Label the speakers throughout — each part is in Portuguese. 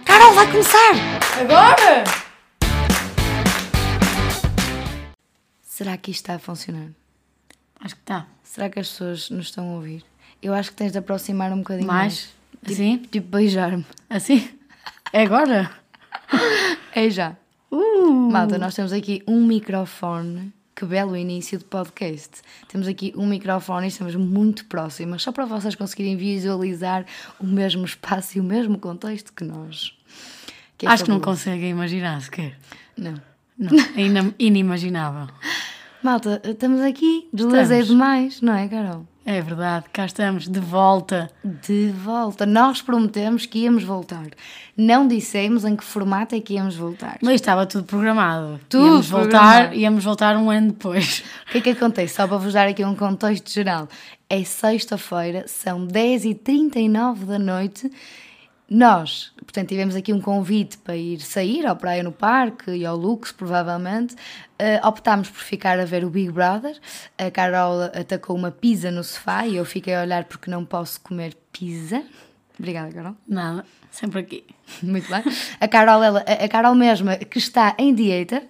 Speaker 1: Então vai começar!
Speaker 2: Agora?
Speaker 1: Será que isto está a funcionar?
Speaker 2: Acho que tá. está.
Speaker 1: Será que as pessoas nos estão a ouvir? Eu acho que tens de aproximar um bocadinho mais.
Speaker 2: Mais? Assim?
Speaker 1: Tipo beijar-me.
Speaker 2: Assim? É agora?
Speaker 1: É já.
Speaker 2: Uh!
Speaker 1: Malta, nós temos aqui um microfone. Que belo início de podcast. Temos aqui um microfone e estamos muito próximas, só para vocês conseguirem visualizar o mesmo espaço e o mesmo contexto que nós. é
Speaker 2: Acho que não
Speaker 1: fabuloso.
Speaker 2: conseguem imaginar sequer.
Speaker 1: Não.
Speaker 2: Não, é ina- inimaginável.
Speaker 1: Malta, estamos aqui. De luz é
Speaker 2: Estamos.
Speaker 1: demais, não é, Carol?
Speaker 2: É verdade, cá estamos, de volta.
Speaker 1: De volta. Nós prometemos que íamos voltar. Não dissemos em que formato é que íamos voltar.
Speaker 2: Mas estava tudo programado.
Speaker 1: Tudo
Speaker 2: íamos
Speaker 1: programado.
Speaker 2: voltar, íamos voltar um ano depois.
Speaker 1: O que é que acontece? Só para vos dar aqui um contexto geral. É sexta-feira, são 10h39 da noite. Nós, portanto, tivemos aqui um convite para ir sair ao Praia no Parque e ao Lux, provavelmente. Eh, optámos por ficar a ver o Big Brother. A Carol atacou uma pizza no sofá e eu fiquei a olhar porque não posso comer pizza. Obrigada, Carol.
Speaker 2: Nada, sempre aqui.
Speaker 1: Muito bem. A Carol, ela, a a Carol mesma, que está em dieta.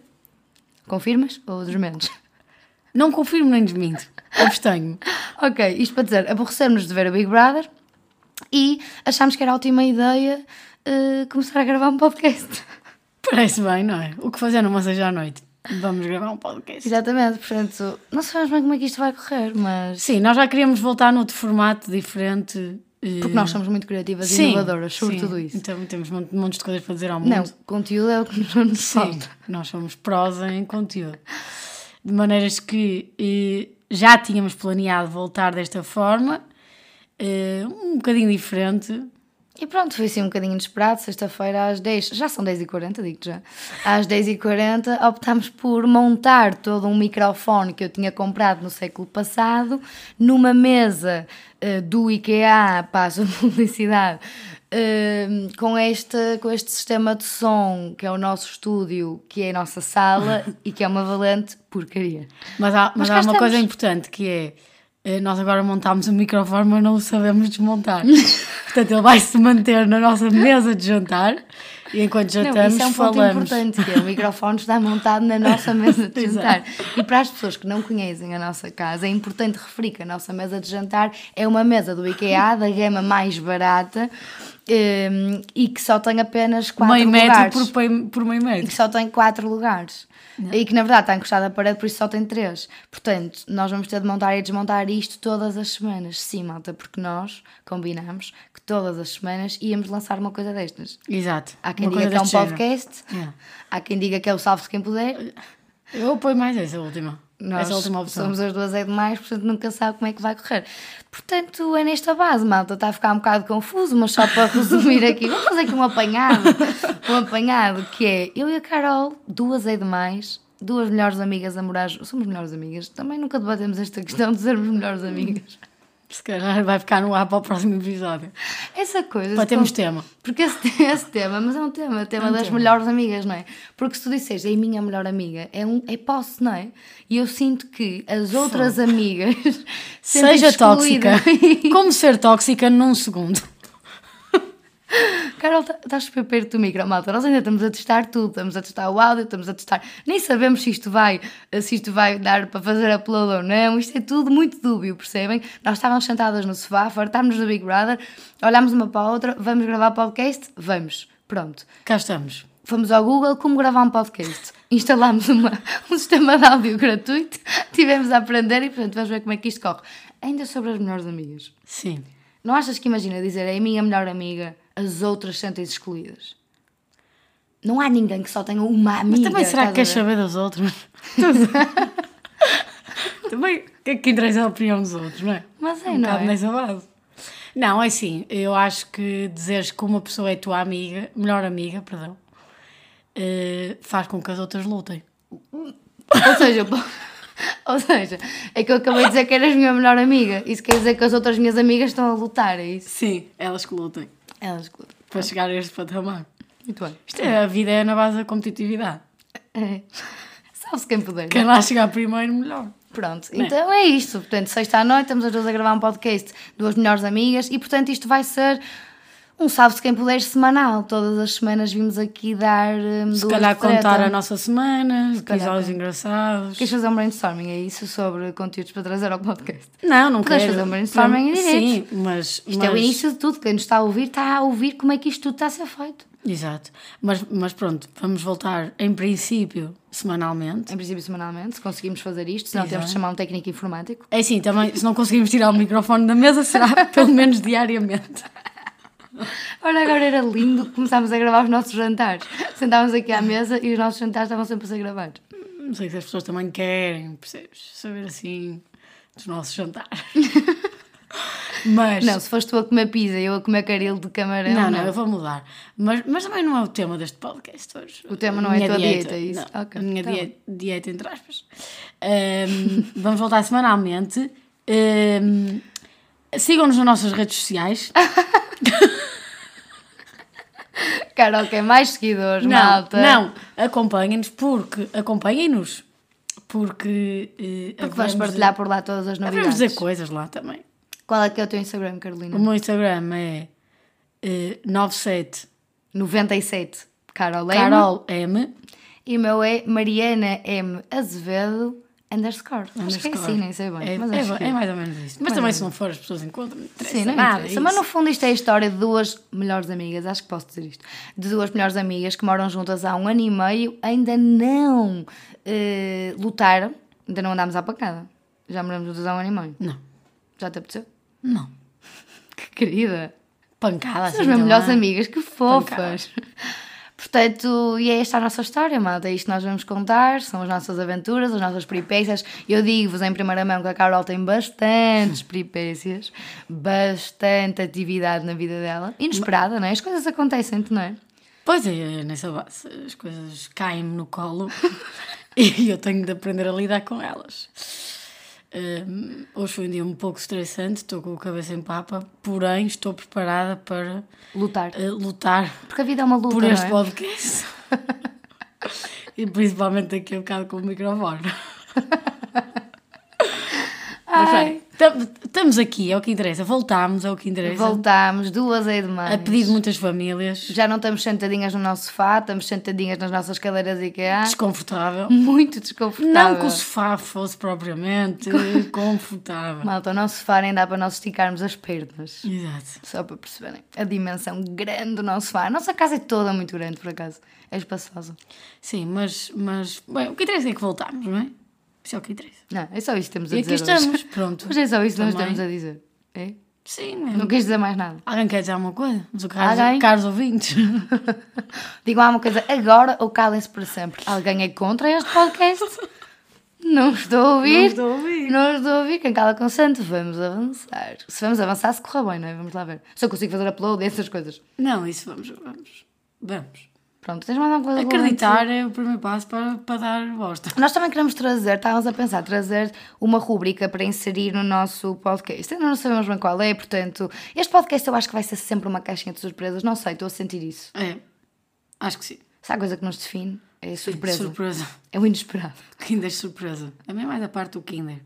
Speaker 1: Confirmas ou desmentes?
Speaker 2: Não confirmo nem desminto. Abstenho.
Speaker 1: Ok, isto para dizer, aborrecemos de ver o Big Brother e achámos que era ótima ideia eh, começar a gravar um podcast.
Speaker 2: Parece bem, não é? O que fazer numa seja à noite? Vamos gravar um podcast.
Speaker 1: Exatamente, portanto, não sabemos bem como é que isto vai correr, mas.
Speaker 2: Sim, nós já queríamos voltar noutro formato diferente. eh,
Speaker 1: Porque nós somos muito criativas e inovadoras sobre
Speaker 2: sim.
Speaker 1: tudo isso.
Speaker 2: Então temos mon- montes de coisas para dizer ao mundo.
Speaker 1: Não, conteúdo é o que nos nos
Speaker 2: sim,
Speaker 1: falta.
Speaker 2: nós somos prosa em conteúdo. De maneiras que eh, já tínhamos planeado voltar desta forma, eh, um bocadinho diferente.
Speaker 1: E pronto, foi assim um bocadinho inesperado, sexta-feira às 10, já são 10h40, digo-te já, às 10h40 optámos por montar todo um microfone que eu tinha comprado no século passado, numa mesa eh, do IKEA, passo a publicidade, eh, com, este, com este sistema de som que é o nosso estúdio, que é a nossa sala e que é uma valente porcaria.
Speaker 2: Mas há, mas
Speaker 1: cá
Speaker 2: há uma
Speaker 1: estamos.
Speaker 2: coisa importante que é. eh, Nós agora montámos o microfone, mas não o sabemos desmontar. Portanto, ele vai se manter na nossa mesa de jantar e enquanto jantamos,
Speaker 1: Não, isso é um
Speaker 2: falamos.
Speaker 1: ponto importante, que é o microfone está montado na nossa mesa de
Speaker 2: Exato.
Speaker 1: jantar. E para as pessoas que não conhecem a nossa casa, é importante referir que a nossa mesa de jantar é uma mesa do IKEA, da gama mais barata, hum, e que só tem apenas quatro
Speaker 2: meio
Speaker 1: lugares.
Speaker 2: metro tipo, por, pe- por
Speaker 1: E
Speaker 2: meio
Speaker 1: que
Speaker 2: metro.
Speaker 1: só tem quatro lugares. E que na verdade está encostado à parede, por isso só tem três. Portanto, nós vamos ter de montar e desmontar isto todas as semanas. Sim, malta, porque nós combinamos que todas as semanas íamos lançar uma coisa destas.
Speaker 2: Exato.
Speaker 1: Há quem
Speaker 2: Uma
Speaker 1: diga
Speaker 2: coisa
Speaker 1: que é um
Speaker 2: deste género.
Speaker 1: podcast,
Speaker 2: Yeah.
Speaker 1: há quem diga que é o salve-se quem puder.
Speaker 2: Eu apoio mais essa última.
Speaker 1: Nós
Speaker 2: essa última opção.
Speaker 1: somos as duas é demais, portanto nunca sabe como é que vai correr. Portanto, é nesta base, malta. Está a ficar um bocado confuso, mas só para resumir aqui, vamos fazer aqui um apanhado. Um apanhado que é eu e a Carol, duas é demais, duas melhores amigas a morar. ju- Somos melhores amigas, também nunca debatemos esta questão de sermos melhores amigas.
Speaker 2: Se calhar vai ficar no ar para o próximo episódio.
Speaker 1: Essa coisa.
Speaker 2: Para
Speaker 1: esse
Speaker 2: termos
Speaker 1: con-
Speaker 2: tema.
Speaker 1: Porque esse, esse tema, mas é um tema, é o tema das melhores amigas, não é? Porque se tu disseres, é a minha melhor amiga, é, um, é posse, não é? E eu sinto que as outras amigas. sentem
Speaker 2: Seja
Speaker 1: excluídas.
Speaker 2: tóxica. Como ser tóxica num segundo.
Speaker 1: Carol, tá- estás super perto do micro, malta. Nós ainda estamos a testar tudo. Estamos a testar o áudio, estamos a testar. Nem sabemos se isto vai, se isto vai dar para fazer upload ou não. Isto é tudo muito dúbio, percebem? Nós estávamos sentadas no sofá, fartámos do Big Brother, olhámos uma para a outra, vamos gravar podcast? Vamos. Pronto.
Speaker 2: Cá estamos.
Speaker 1: Fomos ao Google como gravar um podcast. Instalámos uma- um sistema de áudio gratuito, tivemos a aprender e, portanto, vamos ver como é que isto corre. Ainda sobre as melhores amigas.
Speaker 2: Sim.
Speaker 1: Não achas que, imagina, dizer é a minha melhor amiga, as outras sentem-se excluídas? Não há ninguém que só tenha uma amiga.
Speaker 2: Mas também será que é queres
Speaker 1: estás a ver?
Speaker 2: saber dos outros? também, o que é que interessa a opinião dos outros, não é?
Speaker 1: Mas é,
Speaker 2: um
Speaker 1: não
Speaker 2: bocado
Speaker 1: é?
Speaker 2: nessa base. Não, é assim, eu acho que dizeres que uma pessoa é tua amiga, melhor amiga, perdão, eh, faz com que as outras lutem.
Speaker 1: Ou seja, po- ou seja, é que eu acabei de dizer que eras minha melhor amiga. Isso quer dizer que as outras minhas amigas estão a lutar, é isso?
Speaker 2: Sim, elas que lutem
Speaker 1: Elas lutam.
Speaker 2: para chegar a este patamar.
Speaker 1: Muito bem.
Speaker 2: Ah. Isto é, a vida é na base da competitividade.
Speaker 1: É. Sabe-se quem puder. é?
Speaker 2: Quem lá chegar primeiro, melhor.
Speaker 1: Pronto,
Speaker 2: Não é?
Speaker 1: então é isto. Portanto, sexta à noite estamos as duas a gravar um podcast, duas melhores amigas, e portanto isto vai ser um Sabe-se Quem Puder semanal. Todas as semanas vimos aqui dar. hum,
Speaker 2: Se
Speaker 1: duas
Speaker 2: calhar
Speaker 1: de treta.
Speaker 2: contar a nossa semana, episódios
Speaker 1: calhar.
Speaker 2: engraçados.
Speaker 1: Queres fazer um brainstorming, é isso? Sobre conteúdos para trazer ao podcast.
Speaker 2: Não, não
Speaker 1: Podemos
Speaker 2: quero.
Speaker 1: fazer um brainstorming em
Speaker 2: Sim, mas.
Speaker 1: Isto
Speaker 2: mas,
Speaker 1: é o início de tudo. Quem nos está a ouvir, está a ouvir como é que isto tudo está a ser feito.
Speaker 2: Exato. Mas, mas pronto, vamos voltar em princípio semanalmente.
Speaker 1: Em princípio, semanalmente, se conseguimos fazer isto, senão
Speaker 2: Exato.
Speaker 1: temos de chamar um técnico informático.
Speaker 2: É assim, também, se não conseguirmos tirar o microfone da mesa, será pelo menos diariamente.
Speaker 1: Ora, agora era lindo, começámos a gravar os nossos jantares. Sentávamos aqui à mesa e os nossos jantares estavam sempre a ser gravados.
Speaker 2: Não sei se as pessoas também querem, percebes? Saber assim dos nossos jantares. mas.
Speaker 1: Não, se foste tu a comer pizza e eu a comer caril de camarão.
Speaker 2: Não, não, eu vou mudar. Mas, mas também não é o tema deste podcast hoje.
Speaker 1: O tema não é a tua dieta, é isso?
Speaker 2: Não,
Speaker 1: Ok,
Speaker 2: a minha
Speaker 1: tá
Speaker 2: die- dieta, entre aspas. Ahm, vamos voltar semanalmente. Ahm, Sigam-nos nas nossas redes sociais.
Speaker 1: Ah, Carol, quer é mais seguidores, malta.
Speaker 2: não. Acompanhem-nos, porque. Acompanhem-nos. Porque. eh,
Speaker 1: Porque vais
Speaker 2: haveremos de-
Speaker 1: partilhar por lá todas as
Speaker 2: Haveremos
Speaker 1: novidades.
Speaker 2: de dizer coisas lá também.
Speaker 1: Qual é que é o teu Instagram,
Speaker 2: O
Speaker 1: Carolina?
Speaker 2: meu Instagram é eh, 97
Speaker 1: 97 Carol, M.
Speaker 2: Carol M.
Speaker 1: E o meu é Mariana M. Azevedo underscore. Acho que é
Speaker 2: Underscore.
Speaker 1: assim, nem sei bem.
Speaker 2: É,
Speaker 1: mas
Speaker 2: é-
Speaker 1: acho que
Speaker 2: é mais ou menos isso. Mas também, se não for, as pessoas encontram. Não interessa
Speaker 1: Sim, não
Speaker 2: nada,
Speaker 1: interessa.
Speaker 2: é
Speaker 1: Mas no
Speaker 2: isso.
Speaker 1: fundo isto é a história de duas melhores amigas, acho que posso dizer isto. De duas melhores amigas que moram juntas há um ano e meio, ainda não eh, lutaram, ainda não andámos à pancada. Já moramos juntas há um ano e meio.
Speaker 2: Não,
Speaker 1: Já te apeteceu?
Speaker 2: não.
Speaker 1: Que querida!
Speaker 2: Pancada assim.
Speaker 1: São as minhas
Speaker 2: também.
Speaker 1: melhores amigas, que
Speaker 2: Pancadas.
Speaker 1: fofas! Portanto, e é esta a nossa história, malta. É isto que nós vamos contar, são as nossas aventuras, as nossas peripécias. Eu digo-vos em primeira mão que a Carol tem bastantes peripécias, bastante atividade na vida dela. Inesperada, não é? As coisas acontecem-te, não é?
Speaker 2: Pois é, nessa base as coisas caem-me no colo e eu tenho de aprender a lidar com elas. Hum, hoje foi um dia um pouco estressante, estou com a cabeça em papa, porém estou preparada para
Speaker 1: Lutar.
Speaker 2: eh, lutar
Speaker 1: Porque a vida é uma luta,
Speaker 2: por este
Speaker 1: não é?
Speaker 2: podcast. e principalmente daqui a bocado com o microfone. Mas
Speaker 1: Ai.
Speaker 2: bem, tam- estamos aqui, é o que interessa. Voltámos, é o que interessa.
Speaker 1: Voltámos, duas é demais.
Speaker 2: A pedido de muitas famílias.
Speaker 1: Já não estamos sentadinhas no nosso sofá, estamos sentadinhas nas nossas cadeiras IKEA.
Speaker 2: Desconfortável.
Speaker 1: Muito desconfortável.
Speaker 2: Não que o sofá fosse propriamente confortável.
Speaker 1: Malta, o nosso sofá nem dá para nós esticarmos as pernas.
Speaker 2: Exato.
Speaker 1: Só para perceberem a dimensão grande do nosso sofá. A nossa casa é toda muito grande, por acaso. É espaçosa.
Speaker 2: Sim, mas, mas bem, o que interessa é que voltámos, não é? Isso é o que interessa.
Speaker 1: Não, é só isto que temos a
Speaker 2: E aqui
Speaker 1: dizer. hoje.
Speaker 2: estamos, pronto.
Speaker 1: Hoje é só isto que nós
Speaker 2: Também.
Speaker 1: estamos a dizer. É?
Speaker 2: Sim, é.
Speaker 1: Não quis dizer mais nada.
Speaker 2: Alguém quer dizer alguma coisa? Mas o caros,
Speaker 1: Alguém?
Speaker 2: caros ouvintes.
Speaker 1: Digam alguma coisa agora ou calem-se para sempre. Alguém é contra este podcast? Não estou a
Speaker 2: Não
Speaker 1: ouvir.
Speaker 2: estou a ouvir.
Speaker 1: Não estou a ouvir. Quem cala consente, vamos avançar. Se vamos avançar, se corra bem, não é? Vamos lá ver. Se eu consigo fazer upload e essas coisas.
Speaker 2: Não, isso vamos, vamos. Vamos.
Speaker 1: Pronto, tens mais alguma coisa relevante?
Speaker 2: Acreditar é o primeiro passo para, para dar bosta.
Speaker 1: Nós também queremos trazer, estávamos a pensar, trazer uma rúbrica para inserir no nosso podcast. Ainda não sabemos bem qual é, portanto, este podcast eu acho que vai ser sempre uma caixinha de surpresas. Não sei, estou a sentir isso.
Speaker 2: É. Acho que sim.
Speaker 1: Se há coisa que nos define, é a surpresa.
Speaker 2: Surpresa.
Speaker 1: É o inesperado.
Speaker 2: Kinder surpresa. É mesmo mais a parte do Kinder.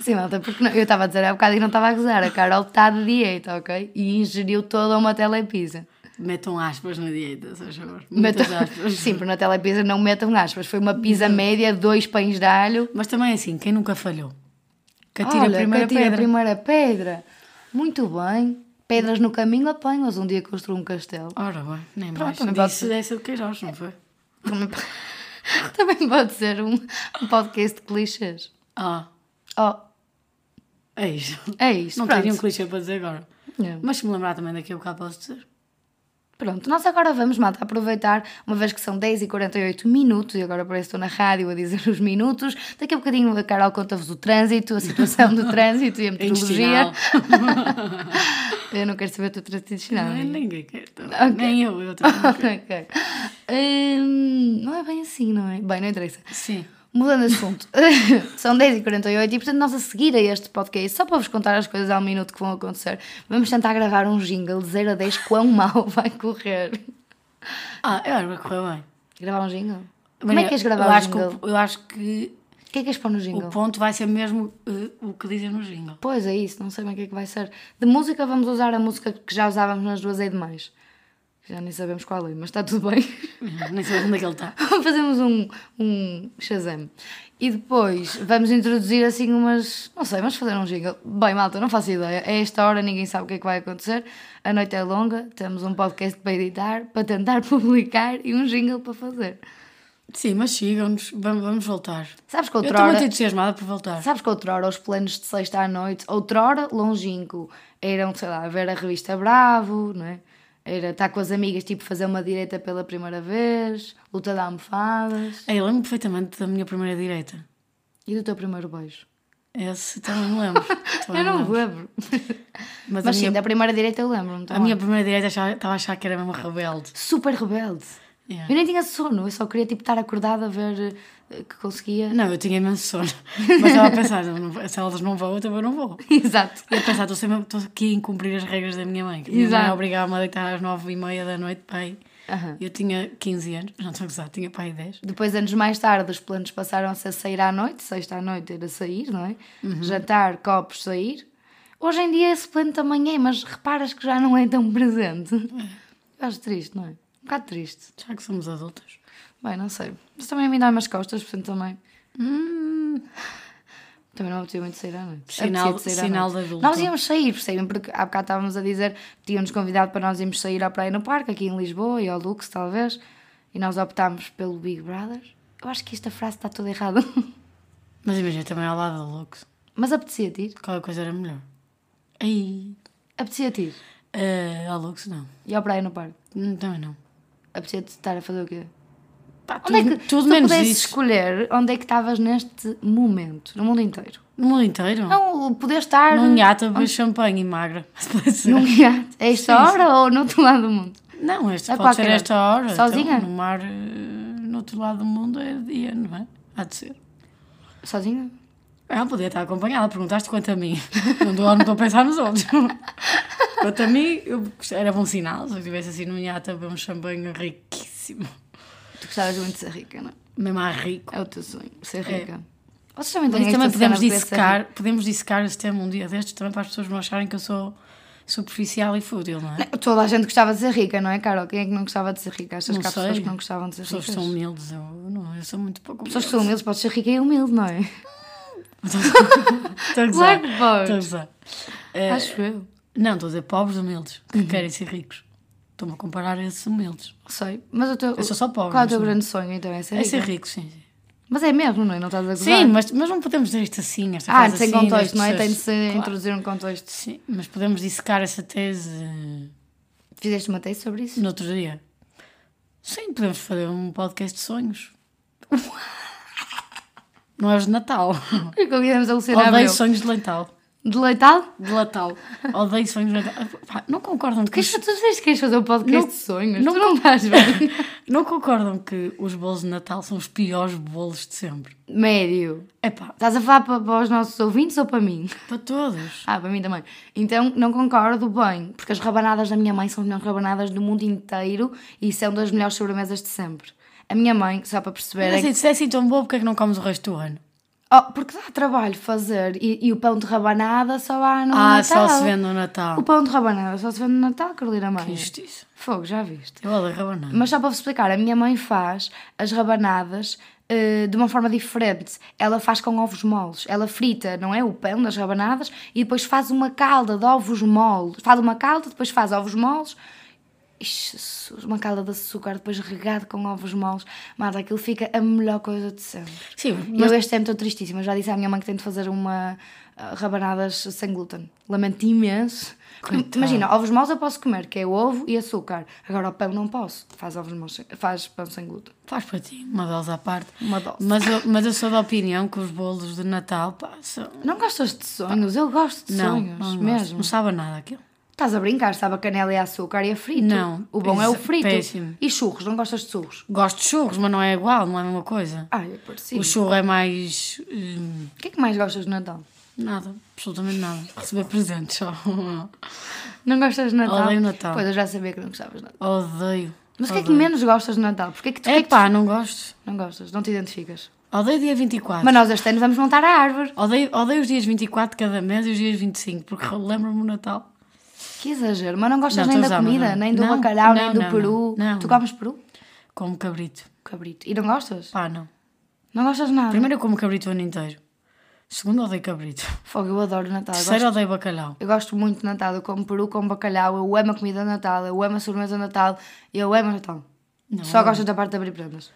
Speaker 1: Sim, malta, porque não- eu estava a dizer há bocado e não estava a gozar. A Carol está de dieta, ok? E ingeriu toda uma telepizza.
Speaker 2: Metam aspas na dieta, se faz favor.
Speaker 1: Metam-
Speaker 2: Muitas aspas.
Speaker 1: Sim, porque na telepizza não metam aspas. Foi uma pizza média, dois pães de alho.
Speaker 2: Mas também assim, quem nunca falhou? Que atira
Speaker 1: Olha,
Speaker 2: a primeira
Speaker 1: que atira
Speaker 2: pedra.
Speaker 1: a primeira pedra. Muito bem. Pedras no caminho apanhas. Um dia construo um castelo.
Speaker 2: Ora bem, nem mais.
Speaker 1: também pode
Speaker 2: Disse dessa de Queiroz, não
Speaker 1: É.
Speaker 2: foi?
Speaker 1: Também po- Também pode ser um, um podcast de clichês.
Speaker 2: Ah,
Speaker 1: Oh,
Speaker 2: é isso.
Speaker 1: é isso.
Speaker 2: Não É.
Speaker 1: pronto.
Speaker 2: tenho um clichê para dizer agora.
Speaker 1: Não.
Speaker 2: Mas se me lembrar também daqui a bocado posso dizer.
Speaker 1: Pronto, nós agora vamos, malta, aproveitar, uma vez que são 10 e 48 minutos, e agora parece que estou na rádio a dizer os minutos, daqui a bocadinho a Carol conta-vos o trânsito, a situação do trânsito e a meteorologia.
Speaker 2: É Intestinal.
Speaker 1: Eu não é? quero saber o teu trânsito intestinal.
Speaker 2: Não,
Speaker 1: amiga.
Speaker 2: ninguém quer. também. Nem eu, eu também. não quero.
Speaker 1: Ok. Hum, não é bem assim, não é? Bem, não interessa.
Speaker 2: Sim.
Speaker 1: Mudando de assunto, são 10h48 e portanto nós a seguir a este podcast, só para vos contar as coisas ao minuto que vão acontecer, vamos tentar gravar um jingle de 0 a 10 quão mal vai correr.
Speaker 2: Ah, eu acho que correu bem.
Speaker 1: Gravar um jingle? Como é que queres gravar
Speaker 2: eu
Speaker 1: um
Speaker 2: acho
Speaker 1: jingle?
Speaker 2: que, o- Eu acho que.
Speaker 1: que é que és pôr no jingle?
Speaker 2: O ponto vai ser mesmo eh, o que dizem no jingle.
Speaker 1: Pois é isso, não sei bem o que é que vai ser. De música vamos usar a música que já usávamos nas duas e demais. Já nem sabemos qual é, mas está tudo bem. Uhum.
Speaker 2: Nem sei onde é que ele está.
Speaker 1: Fazemos um, um Shazam. E depois vamos introduzir assim umas. Não sei, vamos fazer um jingle. Bem, malta, não faço ideia. É esta hora, ninguém sabe o que é que vai acontecer. A noite é longa, temos um podcast para editar, para tentar publicar e um jingle para fazer.
Speaker 2: Sim, mas sigam-nos, vamos, vamos voltar.
Speaker 1: Sabes que
Speaker 2: Eu
Speaker 1: outra
Speaker 2: estou muito
Speaker 1: hora.
Speaker 2: entusiasmada por voltar.
Speaker 1: Sabes que outrora os planos de sexta à noite, outrora longínquo, eram, sei lá, ver a revista Bravo, não é? Era estar com as amigas, tipo, fazer uma direita pela primeira vez, luta de almofadas.
Speaker 2: Ei, lembro-me perfeitamente da minha primeira direita.
Speaker 1: E do teu primeiro beijo?
Speaker 2: Esse também me lembro. Também
Speaker 1: Eu não
Speaker 2: me
Speaker 1: me
Speaker 2: lembro.
Speaker 1: lembro.
Speaker 2: Mas,
Speaker 1: Mas
Speaker 2: a,
Speaker 1: sim,
Speaker 2: minha,
Speaker 1: da primeira direita eu lembro-me.
Speaker 2: a minha primeira direita achava- estava a achar que era mesmo rebelde.
Speaker 1: Super rebelde.
Speaker 2: Yeah.
Speaker 1: Eu nem tinha sono, eu só queria tipo estar acordada a ver eh, que conseguia.
Speaker 2: Não, eu tinha imenso sono. Mas estava a pensar, não- não- se elas não vão, então eu também não vou.
Speaker 1: Exato.
Speaker 2: E a pensar, estou sempre- estou aqui a incumprir as regras da minha mãe. Que a minha mãe
Speaker 1: Exato.
Speaker 2: obrigava-me a deitar às nove e meia da noite, pai.
Speaker 1: Aham.
Speaker 2: Eu tinha 15 anos, não estou a gozar, tinha pai 10.
Speaker 1: Depois, anos mais tarde, os planos passaram-se a sair à noite, sexta à noite era sair, não é? Jantar, copos, sair. Hoje em dia esse plano também é, mas reparas que já não é tão presente. Eu acho triste, não é? Um bocado triste.
Speaker 2: Já que somos adultos.
Speaker 1: Bem, não sei. Mas também me dá umas costas, portanto também. Também não apetecia muito sair à noite.
Speaker 2: Hum. Sinal-
Speaker 1: Apetecia de sair à
Speaker 2: sinal
Speaker 1: noite.
Speaker 2: de adulto.
Speaker 1: Nós íamos sair, percebem? Porque há bocado estávamos a dizer que tinham-nos convidado para nós irmos sair à praia no parque, aqui em Lisboa e ao Lux, talvez. E nós optámos pelo Big Brother. Eu acho que esta frase está toda errada.
Speaker 2: Mas imagina, também ao lado do louco.
Speaker 1: Mas apetecia-te ir?
Speaker 2: Qualquer coisa era melhor. Aí.
Speaker 1: Apetecia-te ir.
Speaker 2: eh, ao Lux, não.
Speaker 1: E à praia no parque?
Speaker 2: Hum, Também não.
Speaker 1: Apetecia-te estar a fazer o quê?
Speaker 2: Pá,
Speaker 1: Onde é
Speaker 2: tudo,
Speaker 1: que, se
Speaker 2: Uhum. tudo
Speaker 1: tu
Speaker 2: menos
Speaker 1: pudesses
Speaker 2: isso.
Speaker 1: escolher onde é que estavas neste momento, no mundo inteiro?
Speaker 2: No mundo inteiro.
Speaker 1: Não, poder estar...
Speaker 2: Hum. Num hiato a beber champanhe e magra. Se pode ser.
Speaker 1: Num iate. É esta
Speaker 2: Sim, sim.
Speaker 1: hora ou no outro lado do mundo?
Speaker 2: Não, esta
Speaker 1: A
Speaker 2: pode ser
Speaker 1: É qualquer é.
Speaker 2: esta hora. então,
Speaker 1: Sozinha?
Speaker 2: no mar, eh, no outro lado do mundo é dia, não é? Há de ser.
Speaker 1: Sozinha?
Speaker 2: Ela Ah, podia estar acompanhada, perguntaste quanto a mim. Não estou não estou a pensar nos outros. Quanto a mim, eu gost- era bom sinal se eu estivesse assim num hiato a beber um champanhe riquíssimo.
Speaker 1: Tu gostavas muito de ser rica, não é?
Speaker 2: Mesmo há rico.
Speaker 1: É o teu sonho, ser rica. Vocês é também têm
Speaker 2: Mas isso
Speaker 1: esta
Speaker 2: também
Speaker 1: cena
Speaker 2: podemos
Speaker 1: de poder ser rica.
Speaker 2: dissecar, podemos dissecar esse tema um dia destes também para as pessoas não acharem que eu sou superficial e fútil, não é?
Speaker 1: Não, Toda a gente gostava de ser rica, não é, Carol? Quem é que não gostava de ser rica? Achas
Speaker 2: Não
Speaker 1: que há
Speaker 2: sei.
Speaker 1: pessoas que não gostavam de ser
Speaker 2: As pessoas que
Speaker 1: ricas?
Speaker 2: são humildes, eu, não, eu sou muito pouco humilde.
Speaker 1: Pessoas que são humildes, podes ser rica e humilde, não é?
Speaker 2: Estou
Speaker 1: Claro
Speaker 2: a gozar.
Speaker 1: que
Speaker 2: Estou a
Speaker 1: podes.
Speaker 2: gozar. Eh,
Speaker 1: Acho eu.
Speaker 2: Não, estou a dizer pobres humildes, que
Speaker 1: Uhum.
Speaker 2: querem ser ricos. Estou-me a comparar a esses humildes.
Speaker 1: Sei. Mas o teu.
Speaker 2: Eu sou só pobre.
Speaker 1: Qual é o teu
Speaker 2: mas não-
Speaker 1: grande sonho então? É ser
Speaker 2: É
Speaker 1: rica.
Speaker 2: ser rico, sim. sim.
Speaker 1: Mas é mesmo, não é? Não estás a gozar?
Speaker 2: Sim, mas, mas não podemos dizer isto assim, esta
Speaker 1: Ah,
Speaker 2: frase
Speaker 1: sem
Speaker 2: assim,
Speaker 1: contexto,
Speaker 2: destas
Speaker 1: não é? Tem de
Speaker 2: pessoas-
Speaker 1: se
Speaker 2: Claro.
Speaker 1: introduzir um contexto.
Speaker 2: Sim, mas podemos dissecar essa tese eh,
Speaker 1: Fizeste uma tese sobre isso?
Speaker 2: no outro dia. Sim, podemos fazer um podcast de sonhos. não é os de Natal.
Speaker 1: E convidamos a Luciana
Speaker 2: Odeio
Speaker 1: Abreu.
Speaker 2: sonhos de Natal.
Speaker 1: Deleitado?
Speaker 2: De Natal. Odeio sonhos de Natal. Pá, não concordam que os
Speaker 1: Queres, tu disseste que queres fazer um podcast
Speaker 2: Não-
Speaker 1: de sonhos?
Speaker 2: não
Speaker 1: tu não estás bem.
Speaker 2: Não concordam que os bolos de Natal são os piores bolos de sempre?
Speaker 1: Médio.
Speaker 2: É pá,
Speaker 1: Estás a falar para, para os nossos ouvintes ou para mim?
Speaker 2: para todos.
Speaker 1: Ah, para mim também. Então não concordo bem, porque as rabanadas da minha mãe são as melhores rabanadas do mundo inteiro e são das melhores sobremesas de sempre. A minha mãe, só para perceber, é
Speaker 2: Mas
Speaker 1: que-
Speaker 2: assim, se é assim tão bom, porque é que não comes o resto do ano?
Speaker 1: Oh, porque dá trabalho fazer e, e o pão de rabanada só há no
Speaker 2: ah,
Speaker 1: Natal.
Speaker 2: só se vende no Natal.
Speaker 1: O pão de rabanada só se vende no Natal, Carolina
Speaker 2: Que
Speaker 1: Mãe.
Speaker 2: injustiça.
Speaker 1: Fogo, já viste.
Speaker 2: Eu odeio rabanada.
Speaker 1: Mas só para vos explicar, a minha mãe faz as rabanadas eh, de uma forma diferente. Ela faz com ovos moles. Ela frita, não é? O pão das rabanadas e depois faz uma calda de ovos moles. Faz uma calda, depois faz ovos moles. Ixi, Jesus, uma calda de açúcar, depois regado com ovos moles. Mas aquilo fica a melhor coisa de sempre.
Speaker 2: Sim,
Speaker 1: E
Speaker 2: mas
Speaker 1: eu este ano estou tristíssima. Já disse à minha mãe que tenho de fazer uma ah, rabanadas sem glúten. Lamento imenso. Porque,
Speaker 2: Coitada.
Speaker 1: Imagina, ovos maus eu posso comer, que é ovo e açúcar. Agora o pão não posso. Faz ovos maus, sem- faz pão sem glúten.
Speaker 2: faz para ti, uma dose à parte.
Speaker 1: Uma dose.
Speaker 2: Mas eu, mas eu sou da opinião que os bolos de Natal, pá, são...
Speaker 1: Não gostas de sonhos? Eu gosto de
Speaker 2: Não,
Speaker 1: sonhos,
Speaker 2: não, gosto.
Speaker 1: mesmo.
Speaker 2: não sabe a nada aquilo.
Speaker 1: Estás a brincar, sabe a canela e a açúcar e a frito.
Speaker 2: Não,
Speaker 1: O bom é o
Speaker 2: isso é
Speaker 1: frito.
Speaker 2: péssimo.
Speaker 1: E churros, não gostas de churros?
Speaker 2: Gosto de churros, mas não é igual, não é a mesma coisa.
Speaker 1: Ai, é parecido.
Speaker 2: O churro é mais... hum,
Speaker 1: O que é que mais gostas de Natal?
Speaker 2: Nada, absolutamente nada. Receber presentes só.
Speaker 1: Não gostas de Natal?
Speaker 2: Odeio Natal.
Speaker 1: Pois, eu já sabia que não gostavas de Natal.
Speaker 2: Odeio.
Speaker 1: Mas o que é que menos gostas de Natal? Porque é que tu, o que é
Speaker 2: É
Speaker 1: que tu
Speaker 2: pá, não gosto.
Speaker 1: não gostas? Não te identificas?
Speaker 2: Odeio dia 24.
Speaker 1: Mas nós este ano vamos montar a árvore.
Speaker 2: Odeio, odeio os dias 24 de cada mês e os dias 25, porque lembro-me o Natal.
Speaker 1: Que exagero. Mas não gostas
Speaker 2: Não,
Speaker 1: nem
Speaker 2: estou
Speaker 1: da
Speaker 2: a usar, mas
Speaker 1: comida,
Speaker 2: não.
Speaker 1: nem do
Speaker 2: Não,
Speaker 1: bacalhau,
Speaker 2: não,
Speaker 1: nem do
Speaker 2: não,
Speaker 1: peru.
Speaker 2: não, não.
Speaker 1: tu comes peru?
Speaker 2: Como cabrito.
Speaker 1: Cabrito. E não gostas?
Speaker 2: Pá, não.
Speaker 1: Não gostas nada?
Speaker 2: Primeiro eu como cabrito o ano inteiro. Segundo, odeio cabrito.
Speaker 1: Fogo, eu adoro Natal. Eu
Speaker 2: Terceiro,
Speaker 1: gosto,
Speaker 2: odeio bacalhau.
Speaker 1: eu gosto muito de Natal. Eu como peru, como bacalhau. Eu amo a comida de Natal. Eu amo a sobremesa de Natal. Eu amo Natal. Só gosto da parte de abrir prendas.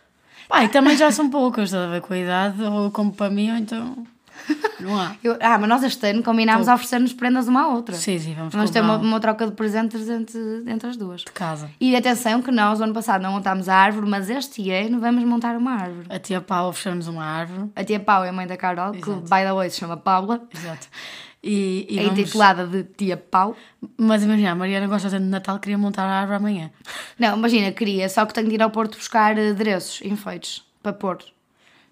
Speaker 2: Pá, e também já são poucas, estás a ver com a idade, ou eu como para mim, ou então. Não há.
Speaker 1: Eu- ah, mas nós este ano combinámos a oferecer-nos prendas uma à outra.
Speaker 2: Sim, sim, vamos
Speaker 1: Vamos ter
Speaker 2: comprar
Speaker 1: uma,
Speaker 2: uma...
Speaker 1: uma troca de presentes entre, entre as duas.
Speaker 2: de casa.
Speaker 1: E atenção que nós, o ano passado, não montámos a árvore, mas este ano vamos montar uma árvore.
Speaker 2: A tia Pau ofereceu-nos uma árvore.
Speaker 1: A tia Pau é a mãe da Carol, que, by the way, se chama Paula.
Speaker 2: Exato. E, e
Speaker 1: É
Speaker 2: vamos-
Speaker 1: intitulada de Tia Pau.
Speaker 2: Mas imagina, a Mariana gosta tanto de Natal, queria montar a árvore amanhã.
Speaker 1: Não, imagina, queria, só que tenho de ir ao Porto buscar adereços, enfeites, para pôr.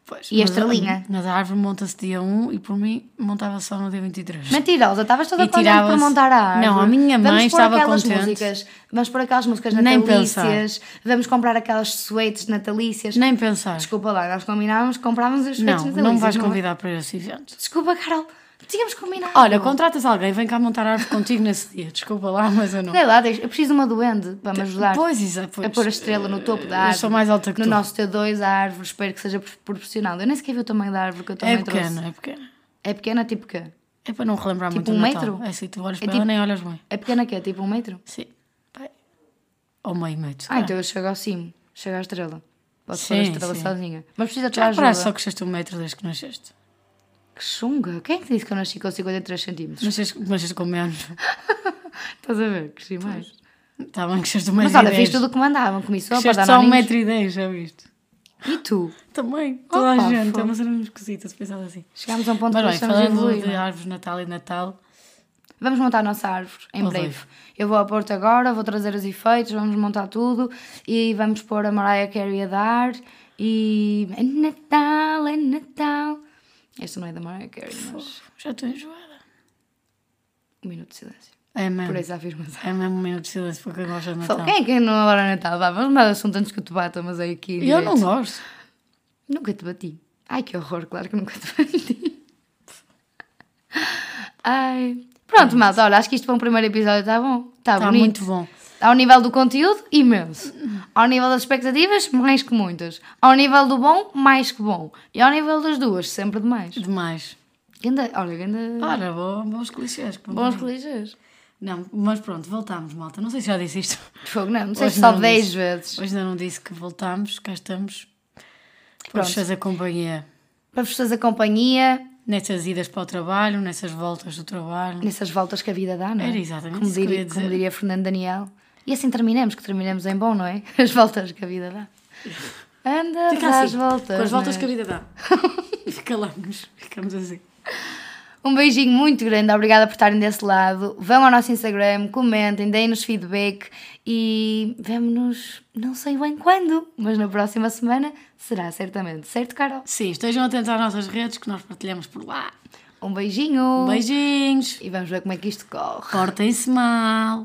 Speaker 2: Pois,
Speaker 1: E a
Speaker 2: mas
Speaker 1: estrelinha?
Speaker 2: Mas a árvore monta-se dia 1 e por mim montava só no dia 23.
Speaker 1: Mentirosa, estavas toda
Speaker 2: E
Speaker 1: contente por
Speaker 2: tirava-se-
Speaker 1: montar a árvore.
Speaker 2: Não, a minha
Speaker 1: Vamos
Speaker 2: mãe
Speaker 1: pôr
Speaker 2: estava
Speaker 1: aquelas
Speaker 2: contente.
Speaker 1: Músicas, vamos pôr aquelas músicas
Speaker 2: Nem
Speaker 1: natalícias, vamos comprar aquelas suetes natalícias.
Speaker 2: Nem pensar.
Speaker 1: Desculpa lá, nós combinámos, comprámos as suetes
Speaker 2: Não,
Speaker 1: natalícias.
Speaker 2: não me vais
Speaker 1: é?
Speaker 2: convidar para esse evento.
Speaker 1: Desculpa, Carol, tínhamos combinado.
Speaker 2: Olha, contratas alguém, vem cá montar a árvore contigo nesse dia. Desculpa lá, mas eu não.
Speaker 1: Sei lá, deixa- eu preciso de uma doende para me ajudar.
Speaker 2: Pois, exato. pois.
Speaker 1: a pôr a estrela no topo da
Speaker 2: Eu
Speaker 1: árvore.
Speaker 2: sou mais alta que
Speaker 1: No
Speaker 2: tu.
Speaker 1: nosso T2, a árvore, espero que seja pro- proporcional. Eu nem sequer vi o tamanho da árvore que eu também
Speaker 2: É
Speaker 1: trouxe.
Speaker 2: pequena, é pequena.
Speaker 1: É pequena, tipo quê?
Speaker 2: É para não relembrar muito
Speaker 1: um
Speaker 2: o Natal.
Speaker 1: metro?
Speaker 2: É assim, tu olhas
Speaker 1: É
Speaker 2: para
Speaker 1: tipo-
Speaker 2: ela nem olhas bem.
Speaker 1: É pequena quê? Tipo um metro?
Speaker 2: Sim. Vai. Ou meio metro.
Speaker 1: Ah, então eu chego ao cimo, chego à estrela. Posso pôr a
Speaker 2: Tá. Sim,
Speaker 1: estrela
Speaker 2: sim.
Speaker 1: sozinha. Mas precisa de
Speaker 2: Já
Speaker 1: ajuda.
Speaker 2: reparaste só que cresceste um metro desde que nasceste?
Speaker 1: Que chunga! Quem é que disse que eu nasci com 53 centímetros?
Speaker 2: Nasceste, nasceste com menos.
Speaker 1: Estás a ver? Cresci mais.
Speaker 2: Está bem, cresceste um metro
Speaker 1: Mas olha,
Speaker 2: e
Speaker 1: fiz
Speaker 2: dez.
Speaker 1: tudo o que mandavam. Comi sopa,
Speaker 2: Cresceste só um
Speaker 1: danoninhos.
Speaker 2: metro e dez, já viste?
Speaker 1: E tu?
Speaker 2: Também, toda
Speaker 1: Opa,
Speaker 2: a gente.
Speaker 1: fogo.
Speaker 2: É uma cena esquisita, se pensar assim.
Speaker 1: Chegámos a um ponto
Speaker 2: Mas
Speaker 1: que nós
Speaker 2: bem,
Speaker 1: estamos a
Speaker 2: falando
Speaker 1: evoluir.
Speaker 2: de árvores de Natal e de Natal,
Speaker 1: Vamos montar a nossa árvore em
Speaker 2: Odeio.
Speaker 1: breve. Eu vou ao Porto agora, vou trazer os efeitos, vamos montar tudo e vamos pôr a Mariah Carey a dar e. É Natal, é Natal. Esta não é da Mariah Carey, mas.
Speaker 2: já estou enjoada.
Speaker 1: Um minuto de silêncio.
Speaker 2: É Ah, então.
Speaker 1: Por
Speaker 2: mesmo.
Speaker 1: essa afirmação.
Speaker 2: É mesmo um minuto de silêncio porque eu gosto de Natal.
Speaker 1: Fala, Quem é que não adora Natal? Vá, vamos mudar de assunto antes que eu te bata, mas aí aqui.
Speaker 2: Eu não
Speaker 1: direito.
Speaker 2: gosto.
Speaker 1: Nunca te bati. Ai que horror, claro que nunca te bati. Ai. Pronto, malta, olha, acho que isto para um primeiro episódio está bom. Está
Speaker 2: Está
Speaker 1: Ah, bonito.
Speaker 2: Tá muito bom.
Speaker 1: Ao nível do conteúdo, imenso. Ao nível das expectativas, mais que muitas. Ao nível do bom, mais que bom. E ao nível das duas, sempre demais.
Speaker 2: Demais.
Speaker 1: Ganda, olha, ganda.
Speaker 2: Ora, bo- bons clichês. que é
Speaker 1: Bons
Speaker 2: bom.
Speaker 1: clichês.
Speaker 2: Não, mas pronto, voltámos, malta. Não sei se já disse isto.
Speaker 1: Fogo, não, não sei se
Speaker 2: Hoje
Speaker 1: só
Speaker 2: não
Speaker 1: 10
Speaker 2: disse.
Speaker 1: vezes.
Speaker 2: Hoje ainda não disse que voltámos, cá estamos. Para
Speaker 1: Pronto.
Speaker 2: vos fazer companhia
Speaker 1: Para vos fazer companhia
Speaker 2: nessas idas para o trabalho, nessas voltas do trabalho.
Speaker 1: nessas voltas que a vida dá, não é?
Speaker 2: Era exatamente
Speaker 1: como
Speaker 2: isso que eu
Speaker 1: diria,
Speaker 2: ia dizer.
Speaker 1: como diria Fernando Daniel. E assim terminamos, que terminamos em bom, não é? As voltas que a vida dá. Anda
Speaker 2: Fica
Speaker 1: às
Speaker 2: assim,
Speaker 1: voltas.
Speaker 2: com as
Speaker 1: não
Speaker 2: voltas
Speaker 1: é?
Speaker 2: que a vida dá. E calamos, ficamos assim.
Speaker 1: Um beijinho muito grande, obrigada por estarem desse lado. Vão ao nosso Instagram, comentem, deem-nos feedback e vemo-nos, não sei bem quando, mas na próxima semana será certamente. Certo, Carol?
Speaker 2: Sim, estejam atentos às nossas redes que nós partilhamos por lá.
Speaker 1: Um beijinho
Speaker 2: Beijinhos,
Speaker 1: e vamos ver como é que isto corre.
Speaker 2: portem-se mal.